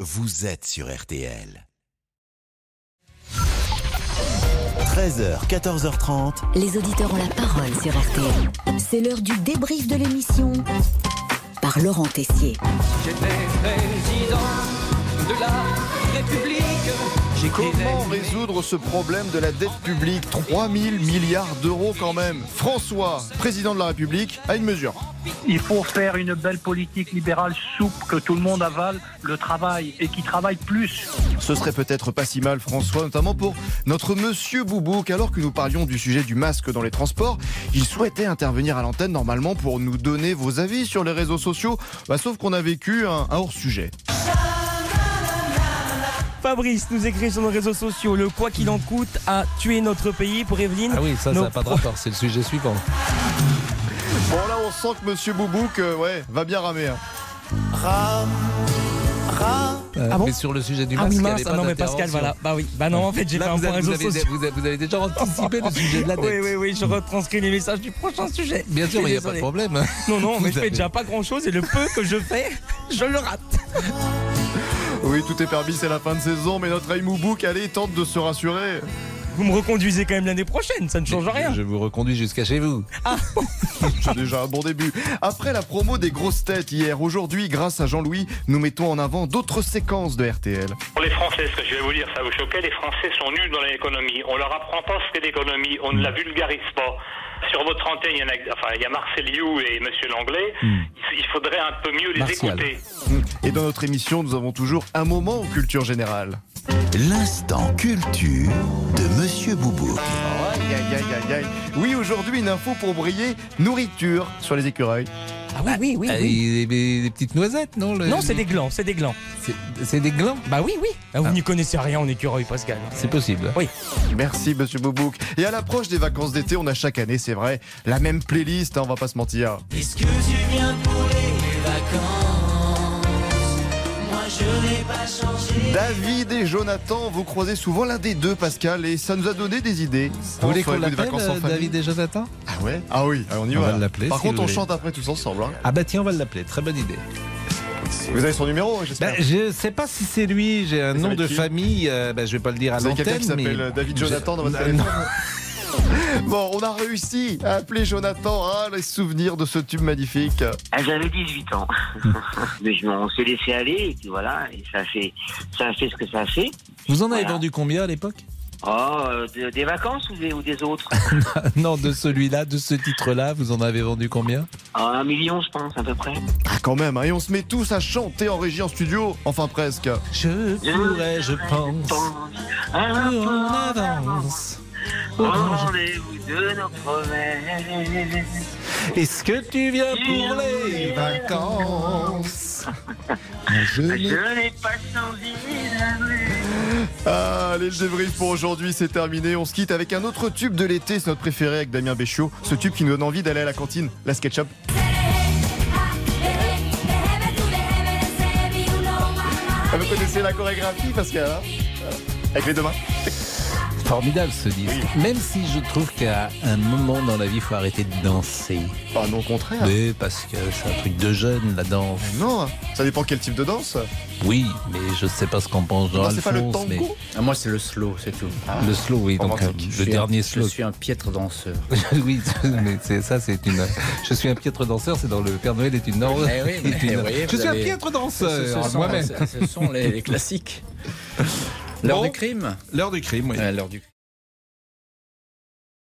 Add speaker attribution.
Speaker 1: vous êtes sur RTL. 13h, 14h30.
Speaker 2: Les auditeurs ont la parole sur RTL. C'est l'heure du débrief de l'émission par Laurent Tessier.
Speaker 3: J'étais président de la République.
Speaker 4: Comment résoudre ce problème de la dette publique 3000 milliards d'euros quand même. François, président de la République, a une mesure.
Speaker 5: Il faut faire une belle politique libérale souple, que tout le monde avale le travail et qui travaille plus.
Speaker 4: Ce serait peut-être pas si mal, François, notamment pour notre monsieur Boubouk. Alors que nous parlions du sujet du masque dans les transports, il souhaitait intervenir à l'antenne normalement pour nous donner vos avis sur les réseaux sociaux, bah, sauf qu'on a vécu un, un hors-sujet.
Speaker 6: Fabrice nous écrit sur nos réseaux sociaux le quoi qu'il en coûte à tuer notre pays pour Evelyne.
Speaker 7: Ah oui, ça, ça
Speaker 6: nos
Speaker 7: n'a pas de
Speaker 6: pro-
Speaker 7: rapport, c'est le sujet suivant.
Speaker 4: Bon là on sent que monsieur Boubouk euh, ouais, va bien ramer. hein.
Speaker 7: Euh,
Speaker 6: Ah bon
Speaker 7: mais sur le sujet du
Speaker 6: Ah
Speaker 7: masque,
Speaker 6: oui,
Speaker 7: il y
Speaker 6: mince,
Speaker 7: avait
Speaker 6: ah
Speaker 7: pas
Speaker 6: non mais Pascal, voilà.
Speaker 7: d'intervention.
Speaker 6: Bah oui, bah non, en fait j'ai fait
Speaker 7: Là,
Speaker 6: un
Speaker 7: vous,
Speaker 6: point
Speaker 7: avez,
Speaker 6: réseaux
Speaker 7: vous avez-
Speaker 6: sociaux.
Speaker 7: vous avez- vous avez déjà anticipé le sujet de la dette.
Speaker 6: Oui, oui, oui, je retranscris les messages du prochain sujet.
Speaker 7: Bien sûr,
Speaker 6: Je suis
Speaker 7: mais il n'y a pas de
Speaker 6: désolé.
Speaker 7: problème.
Speaker 6: Non, non, mais
Speaker 7: Vous
Speaker 6: je fais
Speaker 7: avez-
Speaker 6: déjà pas grand chose et le peu que je fais, je le rate.
Speaker 4: Oui, tout est permis, c'est la fin de saison, mais notre Aimou Boubouk, allez, tente de se rassurer.
Speaker 6: Vous me reconduisez quand même l'année prochaine, ça ne change rien.
Speaker 7: Je vous reconduis jusqu'à chez vous.
Speaker 4: C'est déjà un bon début. Après la promo des grosses têtes hier, aujourd'hui, grâce à Jean-Louis, nous mettons en avant d'autres séquences de RTL.
Speaker 8: Pour les Français, ce que je vais vous dire, ça va vous choquer, les Français sont nuls dans l'économie. On leur apprend pas ce qu'est l'économie, on ne la vulgarise pas. Sur votre antenne, il y, en a, enfin, il y a Marcel You et Monsieur Langlais. Il- Il faudrait un peu mieux les
Speaker 7: Martial.
Speaker 8: écouter.
Speaker 4: Et dans notre émission, nous avons toujours un moment en culture générale.
Speaker 1: L'instant culture de Monsieur Boubouk.
Speaker 4: Aïe, aïe, aïe, aïe, aïe. Oui, aujourd'hui, une info pour briller nourriture sur les écureuils.
Speaker 6: Ah oui, oui, oui.
Speaker 7: Ah, et- et- et des petites noisettes, non le-
Speaker 6: Non, c'est des glands, c'est des glands.
Speaker 7: c'est- C'est des glands
Speaker 6: Bah oui, oui. Ah, vous
Speaker 7: Ah.
Speaker 6: n'y connaissez rien en écureuil, Pascal.
Speaker 7: C'est possible.
Speaker 4: Merci, monsieur Boubouk. Et à l'approche des vacances d'été, on a chaque année, c'est vrai, la même playlist, hein, on va pas se mentir.
Speaker 9: Est-ce que tu viens pour les vacances Moi je n'ai pas changé.
Speaker 4: David et Jonathan, vous croisez souvent l'un des deux, Pascal, et ça nous a donné des idées.
Speaker 7: Vous voulez
Speaker 4: Sur
Speaker 7: qu'on
Speaker 4: les
Speaker 7: l'appelle,
Speaker 4: vacances en
Speaker 7: euh,
Speaker 4: famille.
Speaker 7: David et Jonathan
Speaker 4: Ah ouais Ah oui, allez, on y
Speaker 7: On
Speaker 4: va.
Speaker 7: va
Speaker 4: là.
Speaker 7: l'appeler,
Speaker 4: Par
Speaker 7: si
Speaker 4: contre,
Speaker 7: vous
Speaker 4: on
Speaker 7: voulez.
Speaker 4: chante après tous ensemble. hein.
Speaker 7: Ah bah tiens, on va l'appeler. Très bonne idée.
Speaker 4: Vous avez son numéro, j'espère.
Speaker 7: Ben, je sais pas si c'est lui, j'ai un
Speaker 4: ça va
Speaker 7: nom
Speaker 4: être
Speaker 7: de
Speaker 4: qui
Speaker 7: famille, euh, ben, je vais pas le dire à
Speaker 4: Vous avez quelqu'un
Speaker 7: l'antenne,
Speaker 4: qui
Speaker 7: mais...
Speaker 4: s'appelle euh, David Jonathan dans votre
Speaker 7: Non,
Speaker 4: téléphone Bon, on a réussi à appeler Jonathan. Ah, les souvenirs de ce tube magnifique.
Speaker 9: Ah, j'avais 18 ans. Mais je- on s'est laissé aller et puis voilà, et ça a fait, ça a fait ce que ça a fait.
Speaker 7: Vous en avez
Speaker 9: Voilà.
Speaker 7: vendu combien à l'époque
Speaker 9: Oh, euh, de- des vacances ou des, ou des autres
Speaker 7: Non, de celui-là, de ce titre-là, vous en avez vendu combien
Speaker 9: Ah, Un million, je pense, à peu près.
Speaker 4: Ah, quand même, hein, et on se met tous à chanter en régie en studio. Enfin, presque.
Speaker 7: Je pourrais, je pense,
Speaker 9: Un
Speaker 7: en
Speaker 9: peu
Speaker 7: avance.
Speaker 9: Au
Speaker 4: Oh.
Speaker 9: rendez-vous de nos promesses.
Speaker 7: Est-ce que tu viens pour les vacances
Speaker 9: Je n'ai pas changé d'année.
Speaker 4: Ah, les débrief pour aujourd'hui, c'est terminé. On se quitte avec un autre tube de l'été. C'est notre préféré avec Damien Béchiot. Ce tube qui nous donne envie d'aller à la cantine, la SketchUp. Ah, vous connaissez la chorégraphie, Pascal hein Avec les deux mains.
Speaker 7: Formidable ce disque. Même si je trouve qu'à un moment dans la vie, il faut arrêter de danser.
Speaker 4: Ah, non, au contraire.
Speaker 7: Oui, parce que c'est un truc de jeune, la danse.
Speaker 4: Eh Non, ça dépend quel type de danse.
Speaker 7: Oui, mais je sais pas ce qu'en pense
Speaker 4: Non,
Speaker 7: Jean-Alphonse.
Speaker 4: Ah, c'est pas le tango.
Speaker 7: mais-
Speaker 10: moi, c'est le slow, c'est tout.
Speaker 7: Le slow, oui, donc
Speaker 4: Romantique.
Speaker 7: euh,
Speaker 10: Je
Speaker 7: le
Speaker 10: suis un-
Speaker 7: dernier slow.
Speaker 10: Je suis un piètre danseur.
Speaker 7: oui, mais c'est ça, c'est une. Je suis un piètre danseur, c'est dans le Père Noël est une danse.
Speaker 10: Eh oui, mais
Speaker 7: est une-
Speaker 10: vous voyez,
Speaker 7: je
Speaker 10: vous
Speaker 7: suis un
Speaker 10: avez-
Speaker 7: piètre
Speaker 10: Ce- ce
Speaker 7: danseur,
Speaker 10: sont-
Speaker 7: moi-même.
Speaker 10: Ce ce sont les, les classiques. L'heure
Speaker 7: Bon.
Speaker 10: du crime
Speaker 7: L'heure du crime, oui.
Speaker 10: Euh, L'heure du crime.